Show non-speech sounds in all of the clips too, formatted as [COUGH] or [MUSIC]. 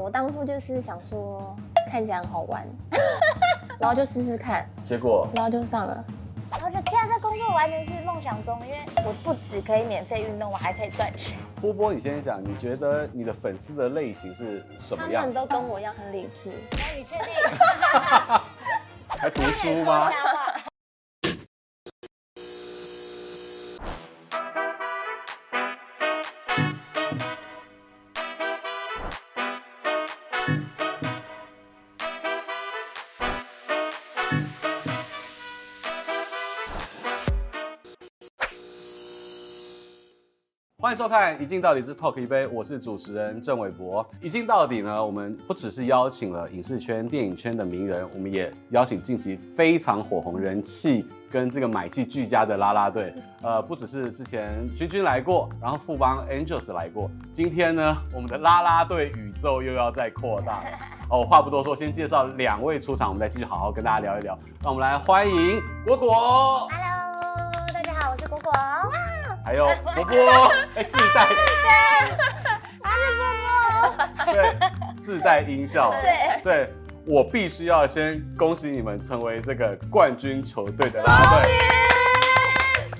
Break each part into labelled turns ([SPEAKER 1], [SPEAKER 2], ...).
[SPEAKER 1] 我当初就是想说，看起来很好玩， [LAUGHS] 然后就试试看，
[SPEAKER 2] 结果
[SPEAKER 1] 然后就上了。
[SPEAKER 3] 然后就天啊，这工作完全是梦想中，因为我不只可以免费运动，我还可以赚钱。
[SPEAKER 4] 波波，你先讲，你觉得你的粉丝的类型是什
[SPEAKER 1] 他
[SPEAKER 4] 么样
[SPEAKER 1] 们？都跟我一样很理智，
[SPEAKER 3] 然后你确定？ [LAUGHS]
[SPEAKER 4] 还读
[SPEAKER 3] 你
[SPEAKER 4] 书
[SPEAKER 3] 说
[SPEAKER 4] 吗？
[SPEAKER 3] 瞎话。
[SPEAKER 4] 欢迎收看《一镜到底之 Talk 一杯》，我是主持人郑伟博。一镜到底呢，我们不只是邀请了影视圈、电影圈的名人，我们也邀请近期非常火红、人气跟这个买气俱佳的啦啦队。呃，不只是之前君君来过，然后富邦 Angels 来过，今天呢，我们的啦啦队宇宙又要再扩大了。哦，话不多说，先介绍两位出场，我们再继续好好跟大家聊一聊。让我们来欢迎果果，
[SPEAKER 3] Hello，大家好，我是果果。
[SPEAKER 4] 还有波波，
[SPEAKER 3] [LAUGHS]
[SPEAKER 4] 哎，自带。
[SPEAKER 3] 啊
[SPEAKER 4] 对，自带音效。
[SPEAKER 3] 对，
[SPEAKER 4] 对，我必须要先恭喜你们成为这个冠军球队的啦啦队。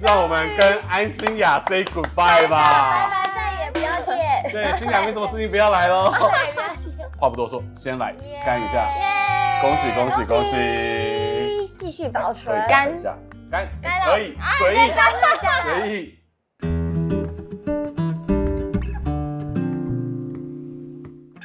[SPEAKER 4] 让我们跟安心雅 say goodbye
[SPEAKER 3] 拜
[SPEAKER 4] 吧。
[SPEAKER 3] 拜，再也不要见。
[SPEAKER 4] 对，心雅没什么事情，不要来喽。
[SPEAKER 3] 再也不要见。
[SPEAKER 4] 话不多说，先来
[SPEAKER 3] [LAUGHS] 耶
[SPEAKER 4] 干一下，
[SPEAKER 3] 耶
[SPEAKER 4] 恭喜恭喜恭喜！
[SPEAKER 3] 继续保存。
[SPEAKER 4] 干一下，干
[SPEAKER 3] 干了
[SPEAKER 4] 可以，随意，随意。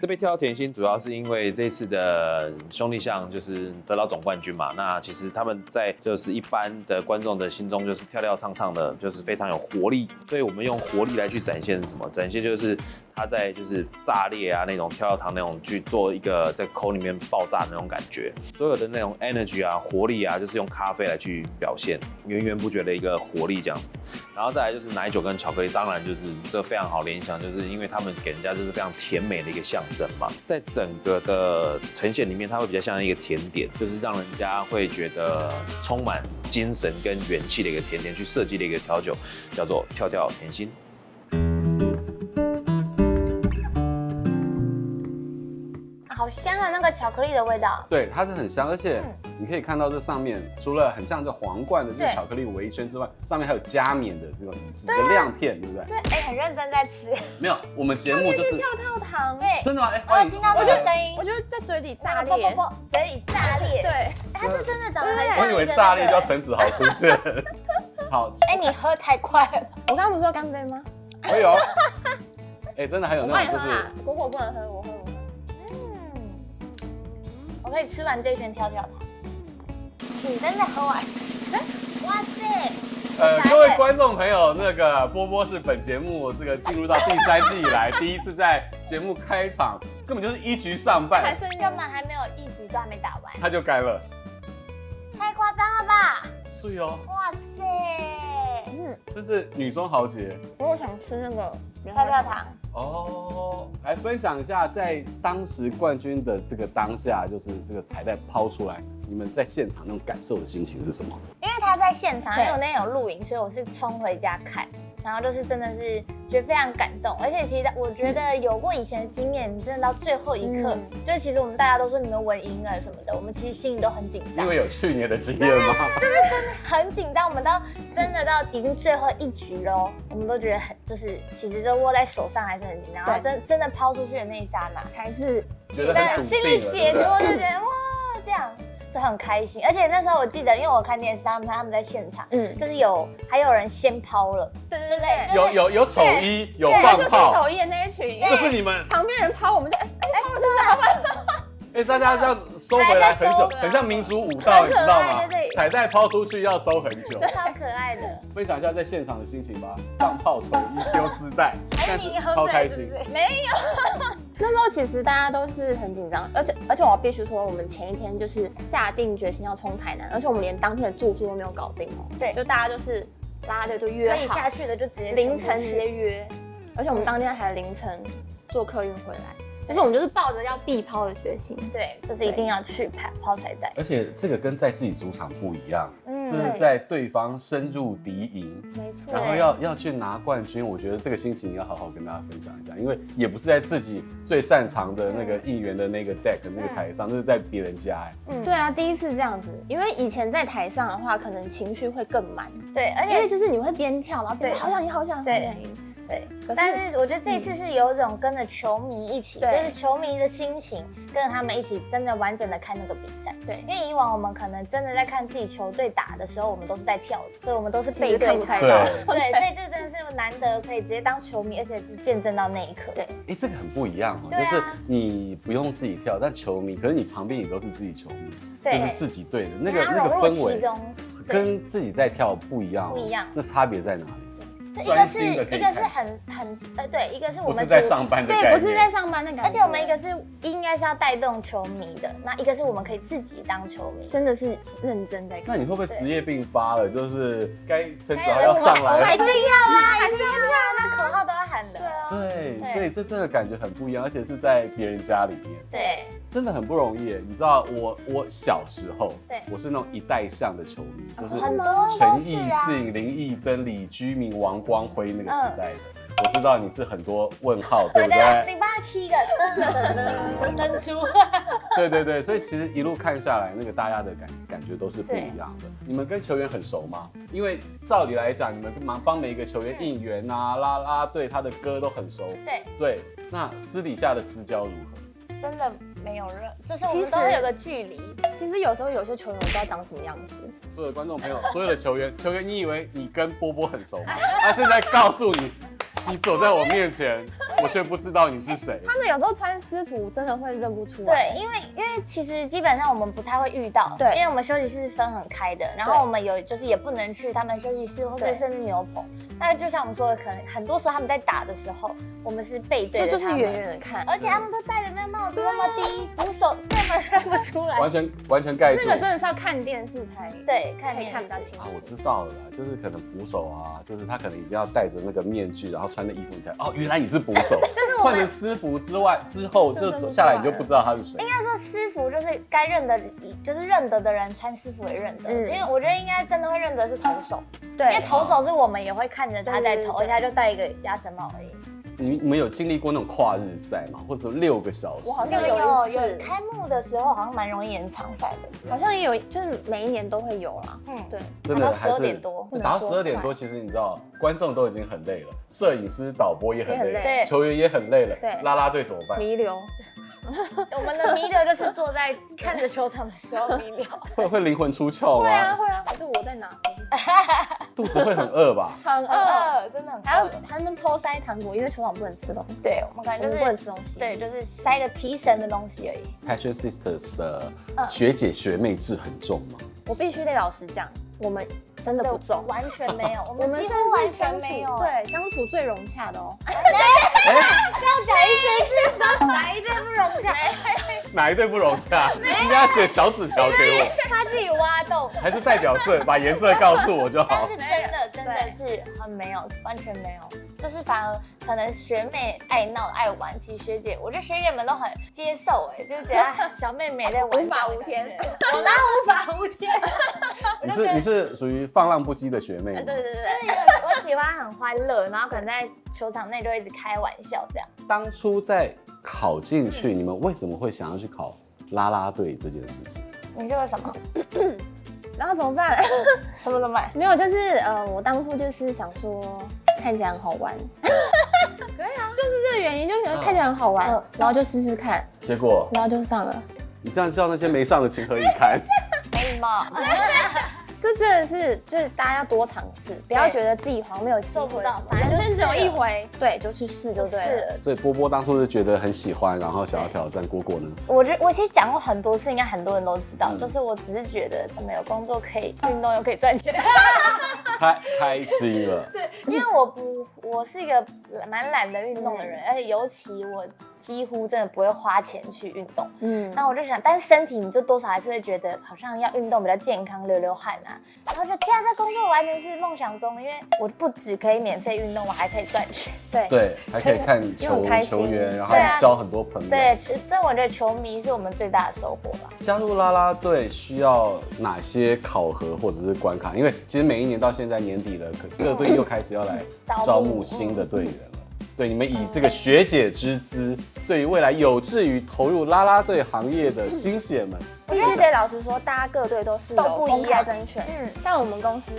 [SPEAKER 2] 这杯跳甜心主要是因为这次的兄弟象就是得到总冠军嘛，那其实他们在就是一般的观众的心中就是跳跳唱唱的，就是非常有活力，所以我们用活力来去展现什么？展现就是他在就是炸裂啊那种跳跳糖那种去做一个在口里面爆炸的那种感觉，所有的那种 energy 啊活力啊，就是用咖啡来去表现，源源不绝的一个活力这样子。然后再来就是奶酒跟巧克力，当然就是这非常好联想，就是因为他们给人家就是非常甜美的一个象征嘛，在整个的呈现里面，它会比较像一个甜点，就是让人家会觉得充满精神跟元气的一个甜点去设计的一个调酒，叫做跳跳甜心。
[SPEAKER 3] 好香啊，那个巧克力的味道。
[SPEAKER 4] 对，它是很香，
[SPEAKER 3] 嗯
[SPEAKER 4] 而且你可以看到这上面除了很像这皇冠的这个
[SPEAKER 3] 对啊
[SPEAKER 4] 巧克力围一圈之外，上面还有加冕的这个仪式，这个亮片，对不对？
[SPEAKER 3] 对，哎，很认真在吃。
[SPEAKER 4] 没有，我们节目就是
[SPEAKER 1] 跳糖，
[SPEAKER 3] 对，
[SPEAKER 4] 真的吗？哎，
[SPEAKER 3] [LAUGHS] 我
[SPEAKER 4] 欢
[SPEAKER 3] 有
[SPEAKER 4] 迎
[SPEAKER 3] 听到这个声音
[SPEAKER 1] 我，觉得在嘴里炸
[SPEAKER 3] 那个啵
[SPEAKER 1] 裂。
[SPEAKER 3] 啵啵，嘴里炸裂。，
[SPEAKER 1] 对，
[SPEAKER 3] 哎它这真的长得很像一个那
[SPEAKER 4] 我
[SPEAKER 3] 个。
[SPEAKER 4] 以为炸裂叫陈子豪出现。
[SPEAKER 3] [LAUGHS]
[SPEAKER 4] 好，
[SPEAKER 3] 哎，你喝太快了。
[SPEAKER 1] 我刚刚不是说干杯吗？
[SPEAKER 4] 还有，哎，真的还有
[SPEAKER 1] 我
[SPEAKER 4] 那
[SPEAKER 1] 帮你
[SPEAKER 4] 种
[SPEAKER 1] 喝
[SPEAKER 4] 就
[SPEAKER 1] 啦
[SPEAKER 4] 是，
[SPEAKER 1] 果果不能喝，我喝我喝。
[SPEAKER 3] 嗯，我可以吃完这一圈跳跳糖。你真的喝完？ [LAUGHS] 哇塞！
[SPEAKER 4] 呃，
[SPEAKER 3] 啊我傻眼
[SPEAKER 4] 各位观众朋友，那个波波是本节目这个进入到第三季以来第一次在节目开场，根本就是一局上
[SPEAKER 1] 还
[SPEAKER 4] 半
[SPEAKER 1] 剩
[SPEAKER 3] 根
[SPEAKER 1] 下
[SPEAKER 3] 本还没有一集都还没打完，
[SPEAKER 4] 他就该了，
[SPEAKER 3] 太夸张了吧！
[SPEAKER 4] 是哦，
[SPEAKER 3] 哇塞，
[SPEAKER 1] 嗯，
[SPEAKER 4] 这是女中豪杰。
[SPEAKER 1] 我果想吃那个
[SPEAKER 3] 跳跳，糖，
[SPEAKER 4] 哦，来分享一下，在当时冠军的这个当下，就是这个彩带抛出来，你们在现场那种感受的心情是什么？
[SPEAKER 3] 因为他在现场，因
[SPEAKER 1] 对
[SPEAKER 3] 为我那天有录影，所以我是冲回家看，然后就是真的是觉得非常感动，而且其实我觉得有过以前的经验，你真的到最后一刻，
[SPEAKER 1] 嗯
[SPEAKER 3] 就是其实我们大家都说你们稳赢了什么的，我们其实心里都很紧张
[SPEAKER 4] 因，为有去年的经验吗？
[SPEAKER 3] 很紧张，我们到真的到已经最后一局喽，我们都觉得很就是，其实就握在手上还是很紧张，然
[SPEAKER 1] 对
[SPEAKER 3] 后真真的抛出去的那一刹那，
[SPEAKER 1] 才是
[SPEAKER 4] 觉 [LAUGHS]
[SPEAKER 3] 真的
[SPEAKER 4] 笃
[SPEAKER 3] 啊心
[SPEAKER 4] 定
[SPEAKER 3] 里
[SPEAKER 4] 了
[SPEAKER 3] 解
[SPEAKER 4] 对不对
[SPEAKER 3] 脱，就觉得哇这样就很开心，而且那时候我记得，因为我看电视，他们他们在现场，
[SPEAKER 1] 嗯，
[SPEAKER 3] 就是有还有人先抛了，
[SPEAKER 1] 对
[SPEAKER 3] 对对
[SPEAKER 4] 有有有丑一，有
[SPEAKER 1] 对，就
[SPEAKER 4] 放
[SPEAKER 1] 是
[SPEAKER 4] 炮
[SPEAKER 1] 抖，音的那一群，
[SPEAKER 4] 这是你们
[SPEAKER 1] 旁边人抛我们就哎哎，抛这
[SPEAKER 4] 哎，大家这样收回来很
[SPEAKER 3] 还在收
[SPEAKER 4] 久
[SPEAKER 3] 回，来
[SPEAKER 4] 很像民族舞蹈，你知
[SPEAKER 3] 很可爱
[SPEAKER 4] 道吗
[SPEAKER 3] 在这里？
[SPEAKER 4] 彩带抛出去要收很久。
[SPEAKER 3] 超可爱
[SPEAKER 4] [LAUGHS]
[SPEAKER 3] 的，
[SPEAKER 4] 分享一下在现场的心情吧，放炮、丑一、丢丝带，
[SPEAKER 3] 哎
[SPEAKER 4] 但是
[SPEAKER 3] 你
[SPEAKER 4] 超
[SPEAKER 3] 喝
[SPEAKER 4] 开
[SPEAKER 3] 醉是不
[SPEAKER 4] 心
[SPEAKER 3] 是。？
[SPEAKER 1] 没有。那时候其实大家都是很紧张，而且而且我必须说，我们前一天就是下定决心要冲台南，而且我们连当天的住宿都没有搞定哦。
[SPEAKER 3] 对
[SPEAKER 1] 就大家就是拉队就约
[SPEAKER 3] 可
[SPEAKER 1] 好，
[SPEAKER 3] 以下去的就嗯直接
[SPEAKER 1] 凌晨直
[SPEAKER 3] 全部
[SPEAKER 1] 接
[SPEAKER 3] 去
[SPEAKER 1] 约，而且我们当天还凌晨坐客运回来，就是我们就是抱着要必抛的决心。
[SPEAKER 3] 对，就是一定要去跑抛彩带，
[SPEAKER 4] 而且这个跟在自己主场不一样，
[SPEAKER 3] 嗯
[SPEAKER 4] 就
[SPEAKER 1] 对
[SPEAKER 4] 是在对方深入敌营，
[SPEAKER 1] 没错
[SPEAKER 4] 然，后要要去拿冠军，我觉得这个心情要好好跟大家分享一下，因为也不是在自己最擅长的那个
[SPEAKER 3] 嗯
[SPEAKER 4] 应援的那个 deck 那个台上，那是在别人家哎。
[SPEAKER 1] 嗯，对啊，第一次这样子，因为以前在台上的话，可能情绪会更满，
[SPEAKER 3] 对，而
[SPEAKER 1] 因为
[SPEAKER 3] 且
[SPEAKER 1] 就是你会边跳，然后边
[SPEAKER 3] 对
[SPEAKER 1] 好想赢，好想赢，
[SPEAKER 3] 对
[SPEAKER 1] 好想赢。
[SPEAKER 3] 对
[SPEAKER 1] 可是，
[SPEAKER 3] 但是我觉得这一次是有一种跟着球迷一起，就
[SPEAKER 1] 对
[SPEAKER 3] 是球迷的心情，跟着他们一起真的完整的看那个比赛。
[SPEAKER 1] 对
[SPEAKER 3] 因为以往我们可能真的在看自己球队打的时候，我们都是在跳的，所以我们都是
[SPEAKER 1] 其
[SPEAKER 3] 背
[SPEAKER 1] 实看
[SPEAKER 3] 对
[SPEAKER 1] 不太
[SPEAKER 3] 台
[SPEAKER 1] 对
[SPEAKER 4] 到
[SPEAKER 3] 的。对，所以这真的是难得可以直接当球迷，而且是见证到那一刻。
[SPEAKER 1] 对
[SPEAKER 4] 哎，这个很不一样哦，
[SPEAKER 3] 对啊
[SPEAKER 4] 就是你不用自己跳，但球迷，可是你旁边也都是自己球迷，就
[SPEAKER 3] 对
[SPEAKER 4] 是自己队的那个
[SPEAKER 3] 然后
[SPEAKER 4] 那个
[SPEAKER 3] 融入
[SPEAKER 4] 氛围
[SPEAKER 3] 其，中，对
[SPEAKER 4] 跟自己在跳不一样哦，
[SPEAKER 3] 不一样
[SPEAKER 4] 那差别在哪里？
[SPEAKER 3] 就一
[SPEAKER 4] 专
[SPEAKER 3] 个是
[SPEAKER 4] 心地可以
[SPEAKER 3] 一个是
[SPEAKER 4] 看
[SPEAKER 3] 很很呃对，一个是我
[SPEAKER 4] 不是
[SPEAKER 3] 们
[SPEAKER 4] 在
[SPEAKER 3] 组
[SPEAKER 4] 上班的概
[SPEAKER 1] 对，
[SPEAKER 4] 念，
[SPEAKER 1] 不是在上班的感觉，
[SPEAKER 3] 而且我们一个是应该是要带动球迷的，那一个是我们可以自己当球迷。
[SPEAKER 1] 真的是认真在看，
[SPEAKER 4] 那你会不会职业病发了？就是该撑着
[SPEAKER 3] 该
[SPEAKER 4] 要上来
[SPEAKER 3] 还
[SPEAKER 4] 了。
[SPEAKER 3] 是要啊，还是要啊，那口号都要喊
[SPEAKER 1] 对
[SPEAKER 3] 了。
[SPEAKER 1] 啊，
[SPEAKER 4] 对，
[SPEAKER 3] 哦对
[SPEAKER 4] 所以这真的感觉很不一样，而且是在别人家里面，
[SPEAKER 3] 对
[SPEAKER 4] 真的很不容易耶。你知道我我小时候，
[SPEAKER 3] 对哦
[SPEAKER 4] 我是那种一代向的球迷，就是
[SPEAKER 3] 很多
[SPEAKER 4] 陈
[SPEAKER 3] 都是
[SPEAKER 4] 奕
[SPEAKER 3] 啊。
[SPEAKER 4] 迅、林义珍、李居明、王光辉那个时代的。我知道你是很多问号，对
[SPEAKER 3] 嗯 [LAUGHS] 对
[SPEAKER 4] 不
[SPEAKER 3] 对，啊
[SPEAKER 4] 对？
[SPEAKER 3] 你帮他 key 一个噔噔噔噔出。
[SPEAKER 4] 对对对，所以其实一路看下来，那个大家的感感觉都是不一样的。你们跟球员很熟吗？因为照理来讲，你们忙帮每一个球员应援啊、啦啦队，他的歌都很熟。
[SPEAKER 3] 对，
[SPEAKER 4] 对，那私底下的私交如何？
[SPEAKER 3] 真的没有任，就是我们都会有个距离。
[SPEAKER 1] 其实有时候有些球员我不知道长什么样子，
[SPEAKER 4] 所有的观众朋友，所有的球员，球员，你以为你跟波波很熟吗？他现在告诉你，你走在我面前，我却不知道你是谁。
[SPEAKER 1] 他们有时候穿私服真的会认不出来
[SPEAKER 3] 对，。因为因为其实基本上我们不太会遇到，
[SPEAKER 1] 对
[SPEAKER 3] 因为我们休息室是分很开的，然后我们有就是也不能去他们休息室，或
[SPEAKER 1] 对
[SPEAKER 3] 是甚至牛棚。那就像我们说的，可能很多时候他们在打的时候，我们是背对
[SPEAKER 1] 就
[SPEAKER 3] 着
[SPEAKER 1] 就是
[SPEAKER 3] 他
[SPEAKER 1] 远
[SPEAKER 3] 们，
[SPEAKER 1] 远的看，
[SPEAKER 3] 而且他们都戴着那帽子那么低，捕手根本认不出来。
[SPEAKER 4] 完全完全盖
[SPEAKER 1] 那
[SPEAKER 4] 住。
[SPEAKER 1] 个真的是要看电视才
[SPEAKER 3] 对，看
[SPEAKER 1] 可以
[SPEAKER 3] 电
[SPEAKER 1] 看
[SPEAKER 3] 视
[SPEAKER 1] 比较清
[SPEAKER 4] 啊，
[SPEAKER 1] 楚。
[SPEAKER 4] 我知道了啦，就是可能捕手啊，就是他可能一定要戴着那个面具，然后穿着衣服你才哦，原来你是捕手。
[SPEAKER 3] 就是我
[SPEAKER 4] 换
[SPEAKER 3] 们
[SPEAKER 4] 成私服之外之后，
[SPEAKER 1] 就
[SPEAKER 4] 就
[SPEAKER 1] 真的
[SPEAKER 4] 走
[SPEAKER 1] 不
[SPEAKER 4] 下来你
[SPEAKER 1] 知道
[SPEAKER 4] 就不知道他是谁。
[SPEAKER 3] 他说师傅就是该认得，就是认得的人穿师傅也认得，
[SPEAKER 1] 嗯
[SPEAKER 3] 因为我觉得应该真的会认得是投手，因为
[SPEAKER 1] 对，
[SPEAKER 3] 投手是我们也会看着他在
[SPEAKER 1] 对对
[SPEAKER 3] 投，
[SPEAKER 1] 对
[SPEAKER 3] 而且他就戴一个鸭舌帽而已。
[SPEAKER 4] 你你们有经历过那种跨日赛吗？或者六个小时？
[SPEAKER 1] 我好像有
[SPEAKER 3] 有
[SPEAKER 1] 一次
[SPEAKER 3] 有开幕的时候好像蛮容易延长赛的，
[SPEAKER 1] 好像也有，就是每一年都会有啦。
[SPEAKER 3] 嗯，
[SPEAKER 1] 对，
[SPEAKER 4] 真的
[SPEAKER 3] 打到
[SPEAKER 4] 还是
[SPEAKER 3] 12点多
[SPEAKER 1] 不能
[SPEAKER 4] 打到
[SPEAKER 1] 说
[SPEAKER 4] 十二点多，其实你知道，观众都已经很累了，摄影师、导播也很累
[SPEAKER 1] 也
[SPEAKER 4] 了，
[SPEAKER 1] 很
[SPEAKER 3] 累
[SPEAKER 4] 球员也很累了，
[SPEAKER 1] 对
[SPEAKER 4] 啦啦队怎么办？
[SPEAKER 1] 弥留，
[SPEAKER 3] [LAUGHS] 我们的迷流就是坐在看着球场的时候迷 [LAUGHS] 流，
[SPEAKER 4] 会会灵魂出窍
[SPEAKER 1] 会啊
[SPEAKER 4] 吗？
[SPEAKER 1] 会啊，可是我在哪？我是
[SPEAKER 3] [LAUGHS]
[SPEAKER 1] 谁
[SPEAKER 4] 肚子会很饿吧？
[SPEAKER 1] 很
[SPEAKER 3] 很
[SPEAKER 1] 饿，
[SPEAKER 3] 嗯饿，真的很
[SPEAKER 1] 还要
[SPEAKER 3] 饿。
[SPEAKER 1] 还能偷塞糖果，因为球场不能吃东西，
[SPEAKER 3] 对，我们可能就
[SPEAKER 1] 我们不能
[SPEAKER 3] 是
[SPEAKER 1] 吃东西。
[SPEAKER 3] 对，就是塞一个提神的东西而已。
[SPEAKER 4] [LAUGHS] Passion Sisters 的
[SPEAKER 3] 嗯
[SPEAKER 4] 学姐学妹制很重吗？
[SPEAKER 1] 我必须得老实讲，我们真的不重。
[SPEAKER 3] 完全没有，我
[SPEAKER 1] 我
[SPEAKER 3] 们
[SPEAKER 1] 们
[SPEAKER 3] 几
[SPEAKER 1] 算
[SPEAKER 3] 乎
[SPEAKER 1] 是
[SPEAKER 3] 完
[SPEAKER 1] 相
[SPEAKER 3] 全
[SPEAKER 1] 处
[SPEAKER 3] 没有。，
[SPEAKER 1] 对相处最融洽
[SPEAKER 3] [LAUGHS]
[SPEAKER 1] 的哦。
[SPEAKER 3] 这样讲一句是真白，一点不融洽。
[SPEAKER 4] 哪一队不融洽？应该写小纸条给我，
[SPEAKER 3] 他自己挖洞，
[SPEAKER 4] 还是代表色，把颜色告诉我就
[SPEAKER 3] 但
[SPEAKER 4] 好
[SPEAKER 3] [LAUGHS] 是。真的真的是很没有，完全没有，就是反而可能学妹爱闹爱玩，其实学姐，我觉得学姐们都很接受、哎，就是觉得小妹妹在玩
[SPEAKER 1] 无法
[SPEAKER 3] 这样的
[SPEAKER 1] 无天
[SPEAKER 3] 感觉，我哪有无法无 [LAUGHS] 天？
[SPEAKER 4] 你是你是属于放浪不羁的学妹吗
[SPEAKER 1] 呃对？对对
[SPEAKER 3] 就是
[SPEAKER 1] 对，
[SPEAKER 3] 有我喜欢很欢乐，然后可能在球场内就一直开玩笑这样。
[SPEAKER 4] 当初在考进去，你们为什么会想要去考啦啦队这件事情？
[SPEAKER 3] 你说什么？
[SPEAKER 1] 然后怎么办？ [LAUGHS]
[SPEAKER 3] 什么怎么办？
[SPEAKER 1] 没有，就是呃，我当初就是想说，看起来很好
[SPEAKER 3] [LAUGHS]
[SPEAKER 1] 玩。对啊，就是这个原因，就觉得看起来很好玩
[SPEAKER 3] 嗯，
[SPEAKER 1] 然后就试试看，
[SPEAKER 4] 结果
[SPEAKER 1] 然后就上了。
[SPEAKER 4] 你这样叫那些没上的情何以 [LAUGHS] 堪？
[SPEAKER 3] 没礼貌，
[SPEAKER 1] 就真的是，就是大家要多尝试，不要觉得自己好像没有机会
[SPEAKER 3] 做不到反正就
[SPEAKER 1] 人生只有
[SPEAKER 3] 试了
[SPEAKER 1] 一回，对，就去试就
[SPEAKER 3] 就
[SPEAKER 1] 对
[SPEAKER 3] 是
[SPEAKER 1] 了。
[SPEAKER 3] 了。
[SPEAKER 4] 所以波波当初是觉得很喜欢，然后想要挑战。果果呢？
[SPEAKER 3] 我觉我其实讲过很多次，应该很多人都知道，
[SPEAKER 4] 嗯
[SPEAKER 3] 嗯就是我只是觉得怎么有工作可以运动又可以赚钱，
[SPEAKER 4] 开开心了。
[SPEAKER 3] 对，因为我不，我是一个蛮懒得运动的
[SPEAKER 1] 嗯
[SPEAKER 3] 人，而且尤其我几乎真的不会花钱去运动。
[SPEAKER 1] 嗯，
[SPEAKER 3] 那我就想，但是身体你就多少还是会觉得好像要运动比较健康，流流汗啊。然后就天啊，这工作完全是梦想中，因为我不只可以免费运动，我还可以赚钱。
[SPEAKER 1] 对，
[SPEAKER 4] 对，还可以看
[SPEAKER 1] 因为很
[SPEAKER 4] 球
[SPEAKER 1] 开心
[SPEAKER 4] 球员，然后
[SPEAKER 3] 对啊
[SPEAKER 4] 交很多朋友。
[SPEAKER 3] 对，其实这我觉得球迷是我们最大的收获吧。
[SPEAKER 4] 加入啦啦队需要哪些考核或者是关卡？因为其实每一年到现在年底了，可各队又开始要来
[SPEAKER 3] 招募
[SPEAKER 4] 招募新的队员了。
[SPEAKER 1] 嗯
[SPEAKER 4] 对，你们以这个学姐之姿，对于未来有志于投入啦啦队行业的新血们，
[SPEAKER 1] 我觉得老实说，大家各队都是
[SPEAKER 3] 都
[SPEAKER 1] 有
[SPEAKER 3] 不一
[SPEAKER 1] 公开
[SPEAKER 3] 样
[SPEAKER 1] 甄选，
[SPEAKER 3] 嗯，
[SPEAKER 1] 但我们公司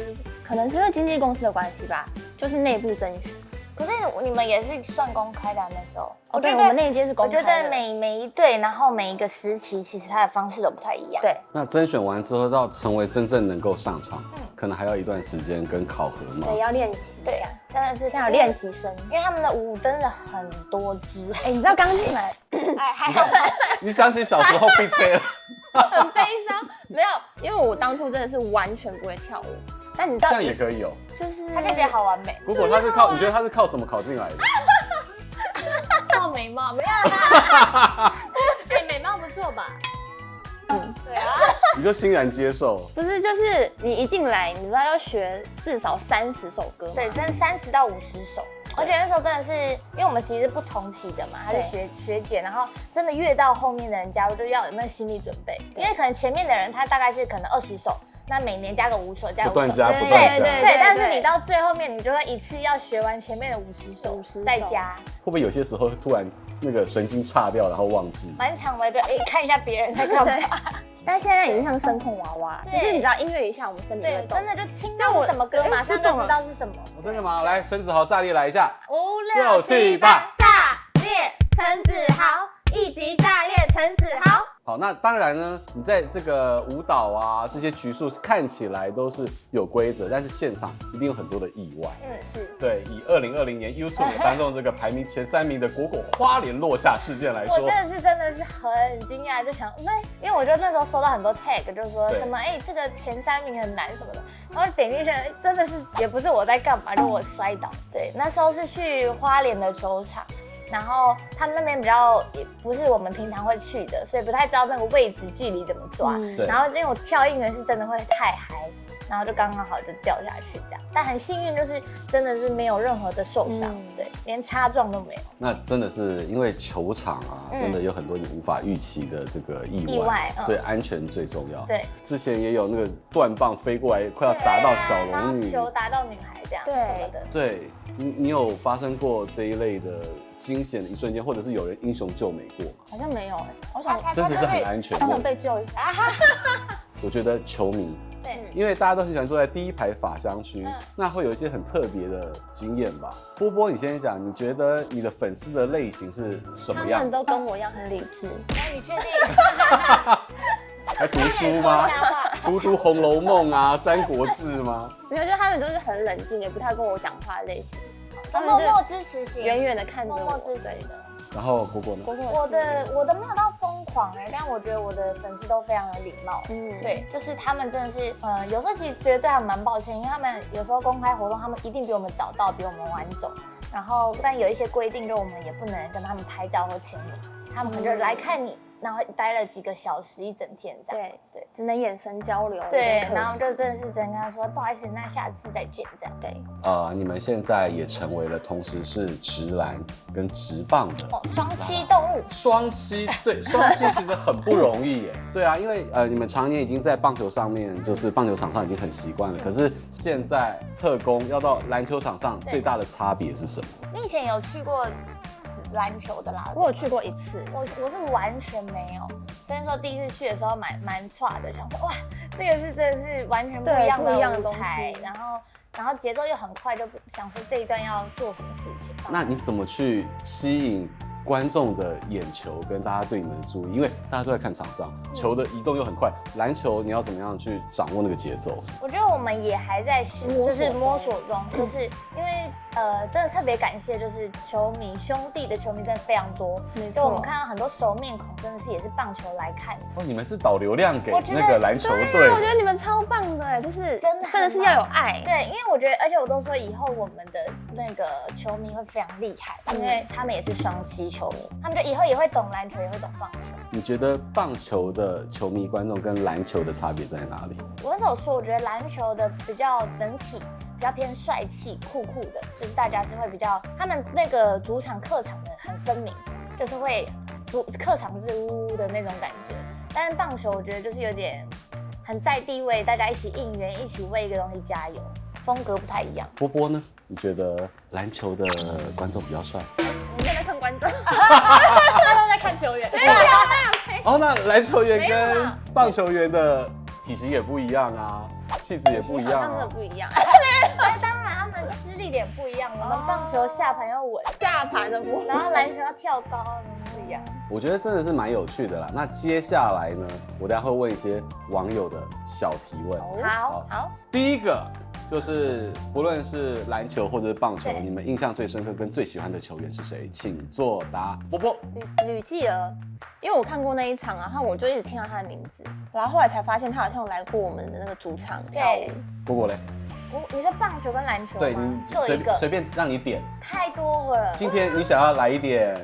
[SPEAKER 1] 可能是因为经纪公司的关系吧，就是内部甄选。
[SPEAKER 3] 可是你你们也是算公开的、啊、那时候。
[SPEAKER 1] 哦，对，我们那一届是
[SPEAKER 3] 我
[SPEAKER 1] 公
[SPEAKER 3] 觉
[SPEAKER 1] 开的。
[SPEAKER 3] 得每每一队，然后每一个时期，其实它的方式都不太一样。
[SPEAKER 1] 对
[SPEAKER 4] 那甄选完之后到成为真正能够上场，可能还要一段时间跟考核嘛。
[SPEAKER 1] 对要练习，
[SPEAKER 3] 对呀、啊真的是
[SPEAKER 1] 现在有练，习生。
[SPEAKER 3] 因为他们的舞真的很多支。
[SPEAKER 1] 哎，你知道刚进来
[SPEAKER 3] [LAUGHS] 哎，还好，
[SPEAKER 4] 你想起小时候被催了，
[SPEAKER 1] 很悲伤，没有，因为我当初真的是完全不会跳舞，但你知
[SPEAKER 4] 这
[SPEAKER 1] 道
[SPEAKER 4] 样也可以哦。
[SPEAKER 1] 就是
[SPEAKER 3] 他就觉得好完美，
[SPEAKER 4] 如果他是靠，你觉得他是靠什么考进来的？
[SPEAKER 3] 靠眉毛没有 [LAUGHS] 啦，哎，眉毛不错吧？嗯，对啊，
[SPEAKER 4] 你就欣然接受。
[SPEAKER 1] 不是，就是你一进来，你知道要学至少三十首歌吗，
[SPEAKER 3] 对，真三十到五十首。而且那时候真的是，因为我们其实是不同期的嘛，她是
[SPEAKER 1] 对
[SPEAKER 3] 学学姐，然后真的越到后面的人加入，就要有那个心理准备，因为可能前面的人他大概是可能二十首，那每年加个五首，加
[SPEAKER 4] 不
[SPEAKER 3] 个五
[SPEAKER 4] 断
[SPEAKER 3] 首，
[SPEAKER 4] 加，不
[SPEAKER 1] 对
[SPEAKER 4] 断
[SPEAKER 1] 对
[SPEAKER 4] 加。
[SPEAKER 3] 对，但是你到最后面，你就会一次要学完前面的五十首
[SPEAKER 1] 50，
[SPEAKER 3] 再
[SPEAKER 1] 首
[SPEAKER 3] 加，
[SPEAKER 4] 会不会有些时候会突然那个神经岔掉，然后忘
[SPEAKER 3] [LAUGHS]
[SPEAKER 4] 记？
[SPEAKER 3] 蛮长的，就哎、看一下别人
[SPEAKER 1] [LAUGHS]
[SPEAKER 3] 在干 [LAUGHS] 嘛。
[SPEAKER 1] 但现在已经像声控娃娃了，
[SPEAKER 3] 对
[SPEAKER 1] 就是你知道音乐一下，我们身体
[SPEAKER 3] 对
[SPEAKER 1] 会，动
[SPEAKER 3] 真。的就听到是什么歌，
[SPEAKER 1] 哎
[SPEAKER 3] 马上就知道是什么。哦
[SPEAKER 4] 我真的吗？来，孙子豪炸裂来一下！
[SPEAKER 3] 五
[SPEAKER 4] 六七八，
[SPEAKER 3] 炸裂陈子豪，一级炸裂陈子豪。
[SPEAKER 4] 好，那当然呢，你在这个舞蹈啊这些局数看起来都是有规则，但是现场一定有很多的意外。
[SPEAKER 3] 嗯，是。
[SPEAKER 4] 对，以二零二零年 YouTube 颁送这个排名前三名的果果花莲落下事件来
[SPEAKER 3] 我
[SPEAKER 4] 说
[SPEAKER 3] 真，的是真的是很惊讶，就想那，因为我就那时候收到很多 tag，就是说
[SPEAKER 4] 对
[SPEAKER 3] 什么哎、这个前三名很难什么的，然后点进去哎真的是也不是我在干嘛，就我摔倒。对，那时候是去花莲的球场，然后他们那边比较也不是我们平常会去的，所以不太知道那个位置距离怎么抓。
[SPEAKER 1] 嗯
[SPEAKER 4] 对
[SPEAKER 3] 然后因为我跳应援是真的会太嗨，然后就刚刚好就掉下去这样，但很幸运就是真的是没有任何的受伤，
[SPEAKER 1] 嗯
[SPEAKER 3] 对，连擦撞都没有。
[SPEAKER 4] 那真的是因为球场啊，
[SPEAKER 3] 嗯
[SPEAKER 4] 真的有很多你无法预期的这个意外，
[SPEAKER 3] 意外嗯
[SPEAKER 4] 所以安全最重要。
[SPEAKER 3] 对，
[SPEAKER 4] 之前也有那个断棒飞过来，快要砸到小
[SPEAKER 3] 对啊然
[SPEAKER 4] 龙
[SPEAKER 3] 后
[SPEAKER 4] 女，
[SPEAKER 3] 球打到女孩这样
[SPEAKER 1] 对
[SPEAKER 3] 什么的。
[SPEAKER 4] 对你，你有发生过这一类的惊险的一瞬间，或者是有人英雄救美过吗？
[SPEAKER 1] 好像没有哎，我
[SPEAKER 3] 啊
[SPEAKER 1] 想
[SPEAKER 3] 他
[SPEAKER 4] 真的是
[SPEAKER 3] 他
[SPEAKER 4] 很
[SPEAKER 3] 就是
[SPEAKER 4] 安全
[SPEAKER 1] 我想
[SPEAKER 4] 的。
[SPEAKER 1] 被救一下。
[SPEAKER 3] 啊哈，
[SPEAKER 4] 我觉得球迷，
[SPEAKER 1] 嗯
[SPEAKER 3] 对，
[SPEAKER 4] 因为大家都很喜欢坐在第一排法香区
[SPEAKER 3] 嗯，
[SPEAKER 4] 那会有一些很特别的经验吧。波波，你先讲，你觉得你的粉丝的类型是什
[SPEAKER 1] 他
[SPEAKER 4] 么样
[SPEAKER 1] 们？都跟我一样很理智，
[SPEAKER 3] 哎，你确定？
[SPEAKER 4] [LAUGHS] 还读
[SPEAKER 3] 快
[SPEAKER 4] 书
[SPEAKER 3] 点说
[SPEAKER 4] 吗？
[SPEAKER 3] 瞎话。
[SPEAKER 4] 读读《红楼梦》啊，《三国志》吗？
[SPEAKER 1] 没有，就他们都是很冷静，也不太跟我讲话的类型，哦
[SPEAKER 3] 我默默支持型，
[SPEAKER 1] 远远的看着
[SPEAKER 3] 默
[SPEAKER 1] 我。
[SPEAKER 3] 默支持
[SPEAKER 1] 对，
[SPEAKER 3] 的。
[SPEAKER 4] 然后果果呢？
[SPEAKER 1] 果果是
[SPEAKER 3] 我的我的没有到疯狂哎、但我觉得我的粉丝都非常有礼貌。
[SPEAKER 1] 嗯，
[SPEAKER 3] 对，就是他们真的是，呃，有时候其实觉得对他们蛮抱歉，因为他们有时候公开活动，他们一定比我们早到，比我们晚走。然后，但有一些规定，就我们也不能跟他们拍照或签名，他们可能就来看你，然后待了几个小时、一整天这样。
[SPEAKER 1] 对
[SPEAKER 3] 对
[SPEAKER 1] 只能眼神交流，有
[SPEAKER 3] 对
[SPEAKER 1] 点，可
[SPEAKER 3] 然后
[SPEAKER 1] 惜
[SPEAKER 3] 就真的是只能跟他说不好意思，那下次再见这样。
[SPEAKER 1] 对，
[SPEAKER 4] 呃，你们现在也成为了同时是直男跟直棒的
[SPEAKER 3] 哦，双栖动物，
[SPEAKER 4] 双栖，
[SPEAKER 1] [LAUGHS]
[SPEAKER 4] 对，双栖其实很不容易耶。对啊，因为呃，你们常年已经在棒球上面，就是棒球场上已经很习惯了。可是现在特工要到篮球场上，
[SPEAKER 3] 对
[SPEAKER 4] 最大的差别是什么？
[SPEAKER 3] 你以前有去过篮球的啦？
[SPEAKER 1] 我有去过一次，
[SPEAKER 3] 我是我是完全没有，所以说第一次去的时候蛮蛮差的，想说哇，这个是真的是完全不
[SPEAKER 1] 对
[SPEAKER 3] 一样
[SPEAKER 1] 不一样的
[SPEAKER 3] 的
[SPEAKER 1] 东
[SPEAKER 3] 舞
[SPEAKER 1] 西
[SPEAKER 3] 台，然后然后节奏又很快，就不想说这一段要做什么事情。
[SPEAKER 4] 那你怎么去吸引观众的眼球跟大家对你们的注意？因为大家都在看场上，
[SPEAKER 1] 嗯
[SPEAKER 4] 球的移动又很快，篮球你要怎么样去掌握那个节奏？
[SPEAKER 3] 我觉得我们也还在是
[SPEAKER 1] 摸索
[SPEAKER 3] 就是
[SPEAKER 1] 中
[SPEAKER 3] 摸索中，就是因为呃，真的特别感谢，就是球迷兄弟的球迷真的非常多，
[SPEAKER 1] 没
[SPEAKER 3] 就我们
[SPEAKER 1] 错
[SPEAKER 3] 看到很多熟面孔，真的是也是棒球来看的。
[SPEAKER 4] 哦，你们是导流量给
[SPEAKER 3] 我觉得
[SPEAKER 4] 那个篮球
[SPEAKER 1] 对啊，我觉
[SPEAKER 4] 队，
[SPEAKER 1] 得你们超棒的，欸就是
[SPEAKER 3] 真的很
[SPEAKER 1] 真的是要有爱。
[SPEAKER 3] 对，因为我觉得，而且我都说以后我们的那个球迷会非常厉害，因
[SPEAKER 1] 嗯
[SPEAKER 3] 为他们也是双栖球迷，他们就以后也会懂篮球，也会懂棒球。
[SPEAKER 4] 你觉得棒球的球迷观众跟篮球的差别在哪里？
[SPEAKER 3] 我那时候说，我觉得篮球的比较整体比较偏帅气、酷酷的，就是大家是会比较他们那个主场客场的很分明，就是会主客场就是呜呜的那种感觉。但是棒球我觉得就是有点很在地位，大家一起应援，一起为一个东西加油，风格不太一样。
[SPEAKER 4] 波波呢？你觉得篮球的观众比较帅？
[SPEAKER 1] 你们在看观众， [LAUGHS]
[SPEAKER 3] 大家都在看球员，
[SPEAKER 1] 啊
[SPEAKER 4] 哦，那篮球员
[SPEAKER 1] 没有
[SPEAKER 4] 跟
[SPEAKER 1] 啦
[SPEAKER 4] 棒球员的体型也不一样啊，气质也不一样
[SPEAKER 1] 他们
[SPEAKER 4] 啊
[SPEAKER 1] 的。不一样，
[SPEAKER 3] 当然他们施力点不一样，我们棒球下盘要稳，
[SPEAKER 1] 下盘的不一
[SPEAKER 3] 然
[SPEAKER 1] 样。
[SPEAKER 3] 后篮球要跳高，不一样。
[SPEAKER 4] 我觉得真的是蛮有趣的啦。那接下来呢，我等一下会问一些网友的小提问。
[SPEAKER 3] 好，
[SPEAKER 1] 好，
[SPEAKER 4] 第一个就是，不论是篮球或者是棒球，
[SPEAKER 3] 对
[SPEAKER 4] 你们印象最深刻跟最喜欢的球员是谁？请作答。波波，
[SPEAKER 1] 吕吕继儿，因为我看过那一场啊，然后我就一直听到他的名字，然后后来才发现他好像有来过我们的那个主场跳舞
[SPEAKER 3] 对。
[SPEAKER 4] 波波嘞？
[SPEAKER 3] 我你说棒球跟篮球
[SPEAKER 4] 对
[SPEAKER 3] 吗
[SPEAKER 4] 你？
[SPEAKER 3] 各
[SPEAKER 4] 随
[SPEAKER 3] 一个
[SPEAKER 4] 随，便让你点，
[SPEAKER 3] 太多了。
[SPEAKER 4] 今天你想要来一点，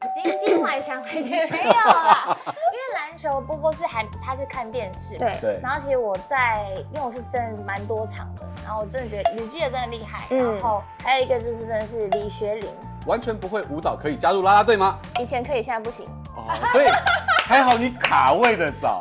[SPEAKER 3] 今今晚想来点 [LAUGHS] 没有啦，因为篮球波波是还他是看电视，。
[SPEAKER 1] 对，
[SPEAKER 4] 对，
[SPEAKER 3] 然后其实我在，因为我是真的蛮多场的，然后我真的觉得吕记得真的厉害，
[SPEAKER 1] 嗯
[SPEAKER 3] 然后还有一个就是真的是李学林，
[SPEAKER 4] 完全不会舞蹈可以加入啦啦队吗？
[SPEAKER 1] 以前可以，现在不行。
[SPEAKER 4] 哦，所以还好你卡位的早，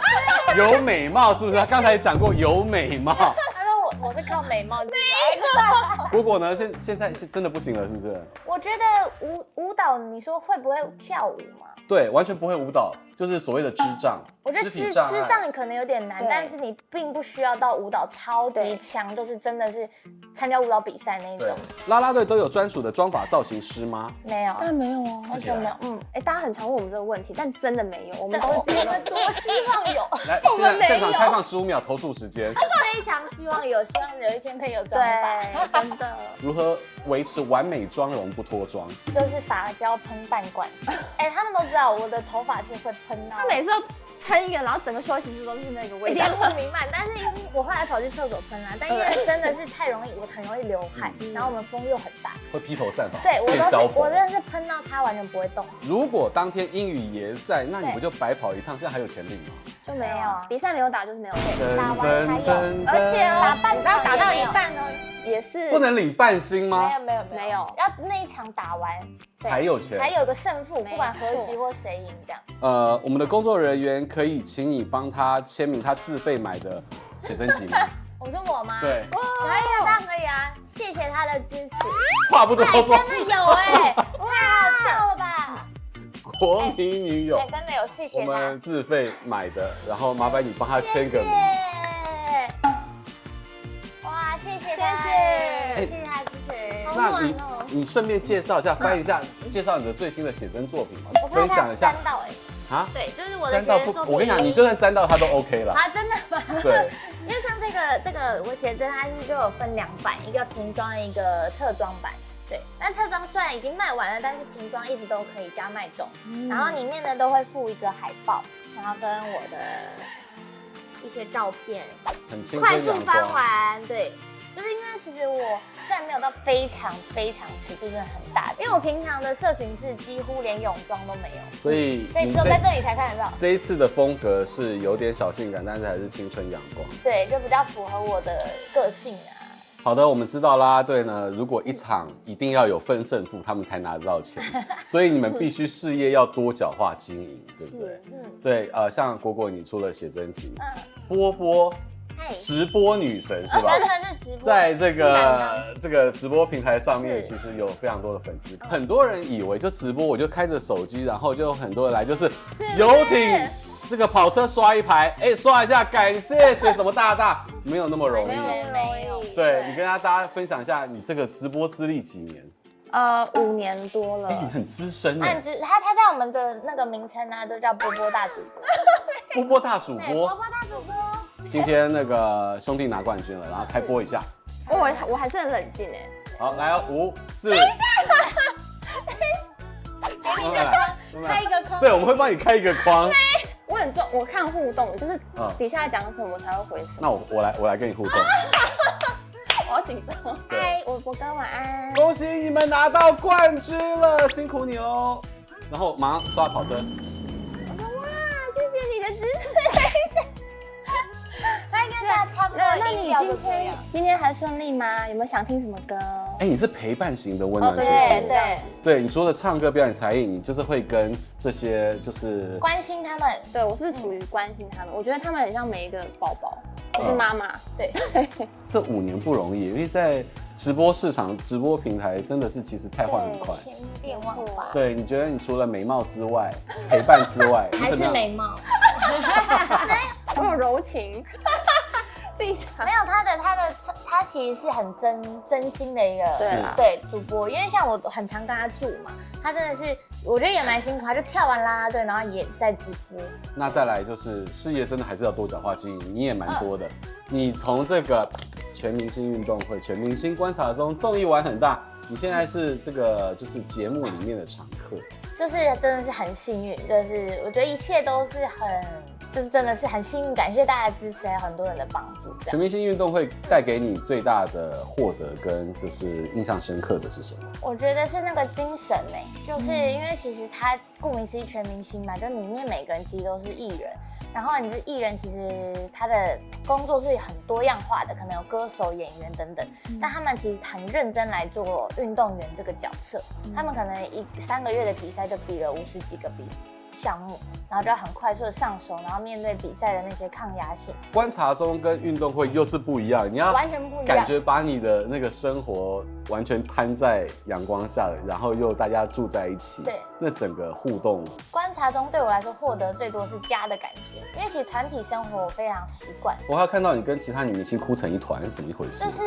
[SPEAKER 4] 有美貌是不是？他刚才也讲过有美貌，
[SPEAKER 3] 他说我我是靠美
[SPEAKER 1] [LAUGHS]
[SPEAKER 3] 貌进来的。
[SPEAKER 4] 果果呢？现现在是真的不行了，是不是？
[SPEAKER 3] 我觉得舞舞蹈，你说会不会跳舞吗？
[SPEAKER 4] 对，完全不会舞蹈，就是所谓的智障，
[SPEAKER 3] 我觉
[SPEAKER 4] 肢
[SPEAKER 3] 得
[SPEAKER 4] 体
[SPEAKER 3] 智
[SPEAKER 4] 障碍
[SPEAKER 3] 智障可能有点难，
[SPEAKER 1] 对
[SPEAKER 3] 但是你并不需要到舞蹈超级强，就是真的是参加舞蹈比赛那一
[SPEAKER 4] 对
[SPEAKER 3] 种。，
[SPEAKER 4] 啦啦队都有专属的妆法造型师吗？
[SPEAKER 3] 没有，
[SPEAKER 1] 然没有啊，
[SPEAKER 4] 自
[SPEAKER 1] 为
[SPEAKER 4] 己
[SPEAKER 1] 什
[SPEAKER 4] 来
[SPEAKER 1] 么？嗯，哎，大家很常问我们这个问题，但真的没有，我
[SPEAKER 3] 这
[SPEAKER 1] 们都
[SPEAKER 3] 我我们多希望有，
[SPEAKER 4] 来，
[SPEAKER 1] 我们
[SPEAKER 4] 现在现
[SPEAKER 1] 没有
[SPEAKER 4] 场开放十五秒投注时间，
[SPEAKER 3] 非常希望有，希望有一天可以有妆法，
[SPEAKER 1] 对，真的。
[SPEAKER 4] 如何维持完美妆容不脱妆？
[SPEAKER 3] 就是发胶喷半 [LAUGHS] 罐。哎，他们都知道我的头发是会喷到
[SPEAKER 1] 他，每次都喷一个，然后整个休息室都是那个味道
[SPEAKER 3] 脸。不弥漫，但是因为我后来跑去厕所喷啦，但因为真的是太容易，我很容易流汗，然后我们风又很大，
[SPEAKER 4] 会披头散发，
[SPEAKER 3] 嗯对我
[SPEAKER 4] 变
[SPEAKER 3] 都
[SPEAKER 4] 消
[SPEAKER 3] 是
[SPEAKER 4] 火
[SPEAKER 3] 我真的是喷到它完全不会动。
[SPEAKER 4] 如果当天英语也在，那你不就白跑一趟？这样还有钱领吗？
[SPEAKER 1] [LAUGHS] 就没有
[SPEAKER 3] 没有啊
[SPEAKER 1] 啊，比赛没有打就是没有配，
[SPEAKER 3] 打完才有
[SPEAKER 1] 而且哦，
[SPEAKER 3] 打半
[SPEAKER 1] 你知
[SPEAKER 3] 场
[SPEAKER 1] 道打到
[SPEAKER 3] 也没
[SPEAKER 1] 一
[SPEAKER 3] 有
[SPEAKER 1] 半哦，也是
[SPEAKER 4] 不能领半薪吗
[SPEAKER 3] 没？有没有没
[SPEAKER 1] 没
[SPEAKER 3] 有
[SPEAKER 1] 有，
[SPEAKER 3] 要那一场打完对
[SPEAKER 4] 才有钱
[SPEAKER 3] 才有个胜负，
[SPEAKER 1] 没
[SPEAKER 3] 不管何局
[SPEAKER 1] 错
[SPEAKER 3] 或谁赢这样。
[SPEAKER 4] 呃，我们的工作人员可以请你帮他签名他自费买的写真
[SPEAKER 3] [LAUGHS]
[SPEAKER 4] 集吗？
[SPEAKER 3] 我说我吗？
[SPEAKER 4] 对，
[SPEAKER 3] 可以啊，当然可以啊，谢谢他的支持。
[SPEAKER 4] 话哦不多
[SPEAKER 3] 哎，
[SPEAKER 4] [LAUGHS] 说，
[SPEAKER 3] 真的有哎，太好笑了吧？
[SPEAKER 4] 国民女友
[SPEAKER 3] 哎，，真的有，谢
[SPEAKER 4] 我
[SPEAKER 3] 谢他
[SPEAKER 4] 们。自费买的，然后麻烦你帮他签个名。
[SPEAKER 3] 谢谢哇，谢谢他，
[SPEAKER 1] 谢
[SPEAKER 4] 谢
[SPEAKER 3] 谢谢他的支持。好
[SPEAKER 4] 那
[SPEAKER 3] 暖
[SPEAKER 4] 你
[SPEAKER 3] 哦，
[SPEAKER 4] 你顺便介绍一下，翻一下，介绍你的最新的写真作品嘛
[SPEAKER 3] 我，怕
[SPEAKER 4] 分享
[SPEAKER 3] 他
[SPEAKER 4] 一下
[SPEAKER 3] 沾到哎，
[SPEAKER 4] 啊。
[SPEAKER 3] 对，就是我的
[SPEAKER 4] 沾
[SPEAKER 3] 学
[SPEAKER 4] 到
[SPEAKER 3] 生作
[SPEAKER 4] 不，
[SPEAKER 3] 品。
[SPEAKER 4] 我跟你讲，你就算沾到他都 OK 了。
[SPEAKER 3] 啊，真的吗？
[SPEAKER 4] 对，
[SPEAKER 3] 因为像这个这个，我写真它是就有分两版，一个瓶装，一个特装版。对，但特装虽然已经卖完了，但是瓶装一直都可以加卖中。然后里面呢都会附一个海报，然后跟我的一些照片，
[SPEAKER 4] 很青
[SPEAKER 3] 快
[SPEAKER 4] 春
[SPEAKER 3] 速
[SPEAKER 4] 阳
[SPEAKER 3] 翻
[SPEAKER 4] 光。
[SPEAKER 3] 完。对，就是因为其实我虽然没有到非常非常尺度真的很大，因为我平常的社群是几乎连泳装都没有，
[SPEAKER 4] 所以
[SPEAKER 3] 所以
[SPEAKER 4] 你
[SPEAKER 3] 只有在这里才看得到。
[SPEAKER 4] 这一次的风格是有点小性感，但是还是青春阳光。
[SPEAKER 3] 对，就比较符合我的个性啊。
[SPEAKER 4] 好的，我们知道啦啦队呢，如果一场一定要有分胜负，他们才拿得到
[SPEAKER 3] [LAUGHS]
[SPEAKER 4] 钱，所以你们必须事业要多角化经营，对不对
[SPEAKER 1] 是？
[SPEAKER 3] 嗯，
[SPEAKER 4] 对，呃，像果果你出了写真集，
[SPEAKER 3] 嗯
[SPEAKER 4] 波波
[SPEAKER 1] 哎
[SPEAKER 3] 嗨。
[SPEAKER 4] 直播女神是
[SPEAKER 3] 我
[SPEAKER 4] 吧
[SPEAKER 3] 啊真？的是直播，
[SPEAKER 4] 在这
[SPEAKER 3] 不敢当
[SPEAKER 4] 个这个直播平台上面，
[SPEAKER 3] 是
[SPEAKER 4] 其实有非常多的粉丝。很多人以为就直播，我就开着手机，然后就有很多人来，就是游艇这个跑车刷一排，哎，刷一下，感谢谁什么大
[SPEAKER 3] [LAUGHS]
[SPEAKER 4] 大，没有那么容
[SPEAKER 3] 哎没有
[SPEAKER 4] 易。
[SPEAKER 3] 没有
[SPEAKER 4] 对你跟大家分享一下，你这个直播资历几年？
[SPEAKER 1] 呃五年多
[SPEAKER 4] 哎，你
[SPEAKER 1] 了，
[SPEAKER 4] 很资深
[SPEAKER 3] 按
[SPEAKER 4] 哎，
[SPEAKER 3] 直他他在我们的那个名称呢，都叫波波大主播，
[SPEAKER 4] 波波大主
[SPEAKER 3] 对，波
[SPEAKER 4] 播，
[SPEAKER 3] 波大主播，
[SPEAKER 4] 今天那个兄弟拿冠军了，然后开播一下。
[SPEAKER 1] 我我还是很冷静哎，
[SPEAKER 4] 好，来哦，五四，慢慢来慢慢
[SPEAKER 3] 给你一个框，，开一
[SPEAKER 4] 来。
[SPEAKER 3] 个框。
[SPEAKER 4] 对，我们会帮你开一个框。
[SPEAKER 1] 我很重，我看互动，就是
[SPEAKER 4] 嗯
[SPEAKER 1] 底下讲什么我才会回什么，
[SPEAKER 4] 那我我来我来跟你互动。
[SPEAKER 1] 我好紧张。
[SPEAKER 4] 对
[SPEAKER 1] 嗨，我博哥晚安。
[SPEAKER 4] 恭喜你们拿到冠军了，辛苦你哦。然后马上刷跑车，
[SPEAKER 1] 我说哇，谢谢你的支持。
[SPEAKER 3] 他应该在差不多
[SPEAKER 1] 那
[SPEAKER 3] 的
[SPEAKER 1] 那
[SPEAKER 3] 音
[SPEAKER 1] 你
[SPEAKER 3] 调就
[SPEAKER 1] 今
[SPEAKER 3] 这
[SPEAKER 1] 天
[SPEAKER 3] 样。
[SPEAKER 1] 今天还顺利吗？有没有想听什么歌？
[SPEAKER 4] 哎，你是陪伴型的温
[SPEAKER 1] 哦
[SPEAKER 4] 暖
[SPEAKER 1] 对
[SPEAKER 4] 型
[SPEAKER 3] 对
[SPEAKER 4] 的
[SPEAKER 3] 对，
[SPEAKER 4] 对，你除了唱歌表演才艺，你就是会跟这些就是
[SPEAKER 3] 关心他们。
[SPEAKER 1] 对我是属于关心他们，我觉得他们很像每一个宝宝，
[SPEAKER 4] 嗯
[SPEAKER 1] 我是妈妈。 [LAUGHS]
[SPEAKER 3] 对，
[SPEAKER 4] 这五年不容易，因为在直播市场、直播平台真的是其实太换很快。
[SPEAKER 3] 千变万化，
[SPEAKER 4] 对，你觉得你除了美貌之外，陪伴之外，你
[SPEAKER 3] 还
[SPEAKER 4] 怎么
[SPEAKER 3] 是
[SPEAKER 4] 样？
[SPEAKER 3] 美貌。
[SPEAKER 1] 我有柔情， [LAUGHS] 自己讲
[SPEAKER 3] 没有他的他的他其实是很真真心的一个
[SPEAKER 1] 对啦，
[SPEAKER 3] 对主播，因为像我很常跟他住嘛，他真的是我觉得也蛮辛苦，他就跳完啦啦队，然后也在直播。
[SPEAKER 4] 那再来就是事业，真的还是要多角化经营，你也蛮多的。你从这个全明星运动会、全明星观察中综艺玩很大，你现在是这个就是节目里面的常客。
[SPEAKER 3] 就是真的是很幸运，就是我觉得一切都是很，就是真的是很幸运，感谢大家的支持，还有很多人的帮助，这
[SPEAKER 4] 全
[SPEAKER 3] 样。
[SPEAKER 4] 明星运动会带给你最大的获得跟就是印象深刻的是什么？
[SPEAKER 3] 我觉得是那个精神呢、就是
[SPEAKER 4] 嗯
[SPEAKER 3] 因为其实他顾名思义全明星嘛，就里面每个人其实都是艺人，然后你是艺人，其实他的工作是很多样化的，可能有歌手、演员等等，
[SPEAKER 4] 嗯
[SPEAKER 3] 但他们其实很认真来做运动员这个角色，
[SPEAKER 1] 嗯
[SPEAKER 4] 嗯
[SPEAKER 3] 他们可能一三个月的比赛就比了五十几个比项目，然后就要很快速的上手，然后面对比赛的那些抗压性，
[SPEAKER 4] 观察中跟运动会又是不一样，你要
[SPEAKER 3] 完全不一样
[SPEAKER 4] 感觉把你的那个生活完全摊在阳光下，然后又大家住在一起，
[SPEAKER 3] 对，
[SPEAKER 4] 那整个互动
[SPEAKER 3] 观察中对我来说获得最多是家的感觉，因为其实团体生活我非常习惯。
[SPEAKER 4] 我还有看到你跟其他女明星哭成一团是怎么一回事？
[SPEAKER 3] 就是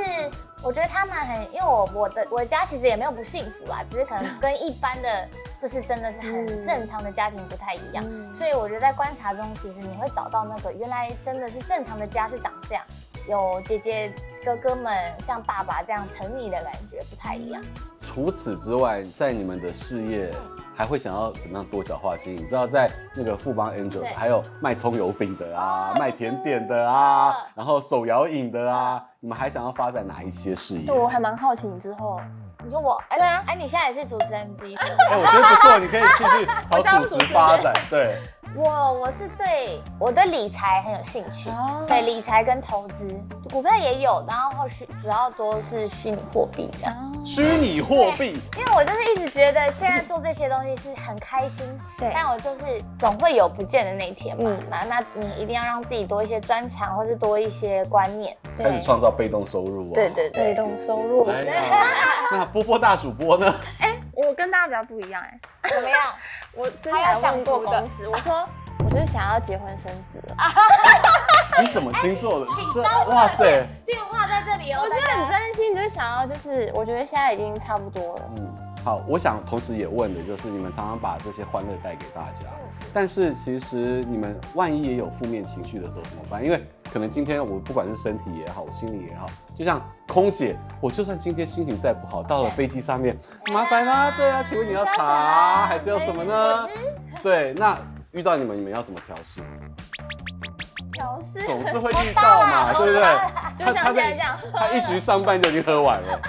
[SPEAKER 3] 我觉得他们很，因为我我的我家其实也没有不幸福啊啦，只是可能跟一般的，就是真的是很
[SPEAKER 1] 嗯
[SPEAKER 3] 正常的家庭不太一样，
[SPEAKER 1] 嗯
[SPEAKER 3] 所以我觉得在观察中，其实你会找到那个原来真的是正常的家是长这样，有姐姐哥哥们像爸爸这样疼你的感觉不太一样。
[SPEAKER 4] 除此之外，在你们的事业
[SPEAKER 3] 嗯
[SPEAKER 4] 还会想要怎么样多角化经营？你知道在那个富邦 Angel
[SPEAKER 3] 对
[SPEAKER 4] 还有卖葱油饼的啊，
[SPEAKER 3] 哦
[SPEAKER 4] 卖甜点的啊
[SPEAKER 3] 就是，
[SPEAKER 4] 然后手摇饮的啊，你们还想要发展哪一些事业
[SPEAKER 1] 对？我还蛮好奇你之后，
[SPEAKER 3] 你说我，哎、对啊，哎、你现在也是主持人之一，
[SPEAKER 4] 哎、我觉得不错，你可以继续朝主食发展。对，
[SPEAKER 3] 我我是对我对理财很有兴趣，
[SPEAKER 1] 哦
[SPEAKER 3] 对理财跟投资，股票也有，然后后续主要多是虚拟货币这样。
[SPEAKER 4] 虚拟货币。
[SPEAKER 3] 因为我就是一直觉得现在做这些东西是很开心，
[SPEAKER 1] 对
[SPEAKER 3] 但我就是总会有不见的那一天嘛。
[SPEAKER 1] 嗯
[SPEAKER 3] 那那你一定要让自己多一些专长，或是多一些观念。
[SPEAKER 4] 开始
[SPEAKER 1] 对
[SPEAKER 4] 创造被动收入啊！
[SPEAKER 3] 对对
[SPEAKER 1] 被
[SPEAKER 3] 对，
[SPEAKER 1] 动收入。
[SPEAKER 4] 哎呀。那波波大主播
[SPEAKER 3] [LAUGHS]
[SPEAKER 4] 呢？
[SPEAKER 1] 我跟大家比较不一样哎，
[SPEAKER 3] 怎么样？
[SPEAKER 1] 我之前
[SPEAKER 3] 他
[SPEAKER 1] 还
[SPEAKER 3] 有享
[SPEAKER 1] 问
[SPEAKER 3] 福
[SPEAKER 1] 过
[SPEAKER 3] 的
[SPEAKER 1] 公司，我啊说我就是想要结婚生子了，
[SPEAKER 4] 你什么星座的？
[SPEAKER 3] 哎请
[SPEAKER 4] 这
[SPEAKER 3] 招
[SPEAKER 4] 哇塞！
[SPEAKER 3] [LAUGHS] 电话在这里哦，
[SPEAKER 1] 我真的
[SPEAKER 3] 大
[SPEAKER 1] 很
[SPEAKER 3] 家
[SPEAKER 1] 真心，就是想要，就是我觉得现在已经差不多了。
[SPEAKER 4] 嗯，好，我想同时也问的就是，你们常常把这些欢乐带给大家，但是其实你们万一也有负面情绪的时候怎么办？因为可能今天我不管是身体也好，我心里也好，就像空姐，我就算今天心情再不好，到了飞机上面，麻烦啦，对啊，请问你要
[SPEAKER 3] 你要什么
[SPEAKER 1] 啊
[SPEAKER 4] 茶还是要什么呢
[SPEAKER 1] 哎
[SPEAKER 3] 果？
[SPEAKER 4] 对，那遇到你们，你们要怎么调试？
[SPEAKER 1] 调试
[SPEAKER 4] 总是会遇到嘛，对不对？
[SPEAKER 1] 就像现在这样
[SPEAKER 4] 他一局上半就已经喝完
[SPEAKER 1] [LAUGHS]
[SPEAKER 4] 了。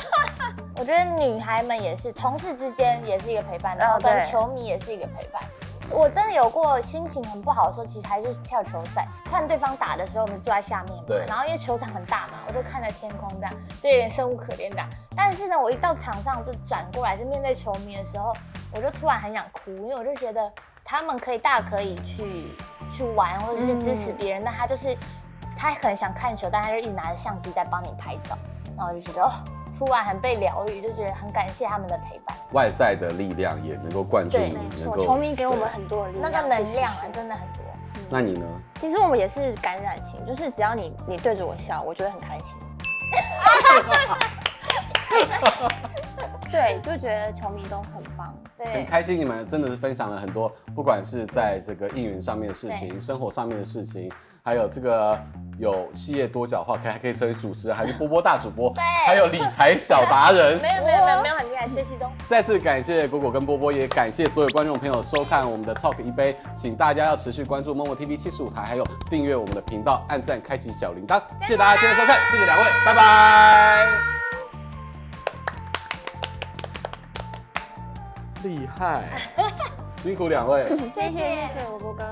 [SPEAKER 3] 我觉得女孩们也是，同事之间也是一个陪伴，
[SPEAKER 1] 哦
[SPEAKER 3] 然后跟
[SPEAKER 1] 对
[SPEAKER 3] 球迷也是一个陪伴。我真的有过心情很不好的时候，其实还是跳球赛，看对方打的时候，我们是坐在下面嘛
[SPEAKER 4] 对，
[SPEAKER 3] 然后因为球场很大嘛，我就看着天空这样，就有点生无可恋这样。但是呢，我一到场上就转过来，是面对球迷的时候，我就突然很想哭，因为我就觉得他们可以大可以去去玩，或者是去支持别人，但他就是他可能想看球，但他就一直拿着相机在帮你拍照，然后我就觉得哦，突然很被疗愈，就觉得很感谢他们的陪伴，
[SPEAKER 4] 外在的力量也能够灌注
[SPEAKER 3] 对
[SPEAKER 4] 你
[SPEAKER 1] 没，
[SPEAKER 4] 能
[SPEAKER 1] 错，
[SPEAKER 4] 够
[SPEAKER 1] 球迷给我们很多的力
[SPEAKER 3] 那
[SPEAKER 1] 量，
[SPEAKER 3] 个能量啊
[SPEAKER 1] 必须
[SPEAKER 3] 真的很多。
[SPEAKER 4] 对那你呢？
[SPEAKER 1] 其实我们也是感染型，就是只要你你对着我笑，我就会很开心。 [LAUGHS] 对，就觉得球迷都很棒。
[SPEAKER 4] 很
[SPEAKER 3] 对，
[SPEAKER 4] 开心，你们真的是分享了很多，不管是在这个应援上面的事情，生活上面的事情，还有这个有企业多角化，可以还可以成为主持人，还是波波大主播，
[SPEAKER 3] 对
[SPEAKER 4] 还有理财小达人。
[SPEAKER 3] 没有没有没有没有很厉害，学习中。
[SPEAKER 4] 再次感谢果果跟波波，也感谢所有观众朋友收看我们的 Talk 一杯，请大家要持续关注默默 TV 七十五台，还有订阅我们的频道，按赞开启小铃铛。谢谢大家今天的收看，谢谢两位，拜拜。厉害，辛苦两位。
[SPEAKER 1] 谢谢
[SPEAKER 3] 谢谢
[SPEAKER 1] 谢谢我波哥。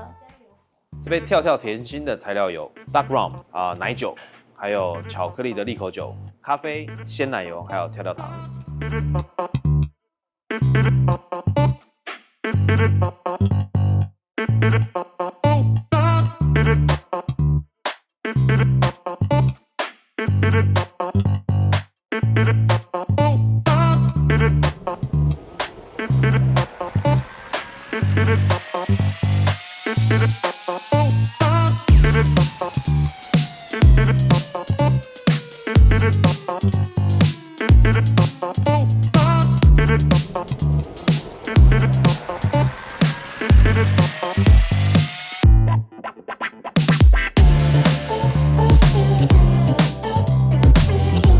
[SPEAKER 2] 这杯跳跳甜心的材料有 dark rum 啊、奶酒，还有巧克力的利口酒、咖啡、鲜奶油，还有跳跳糖。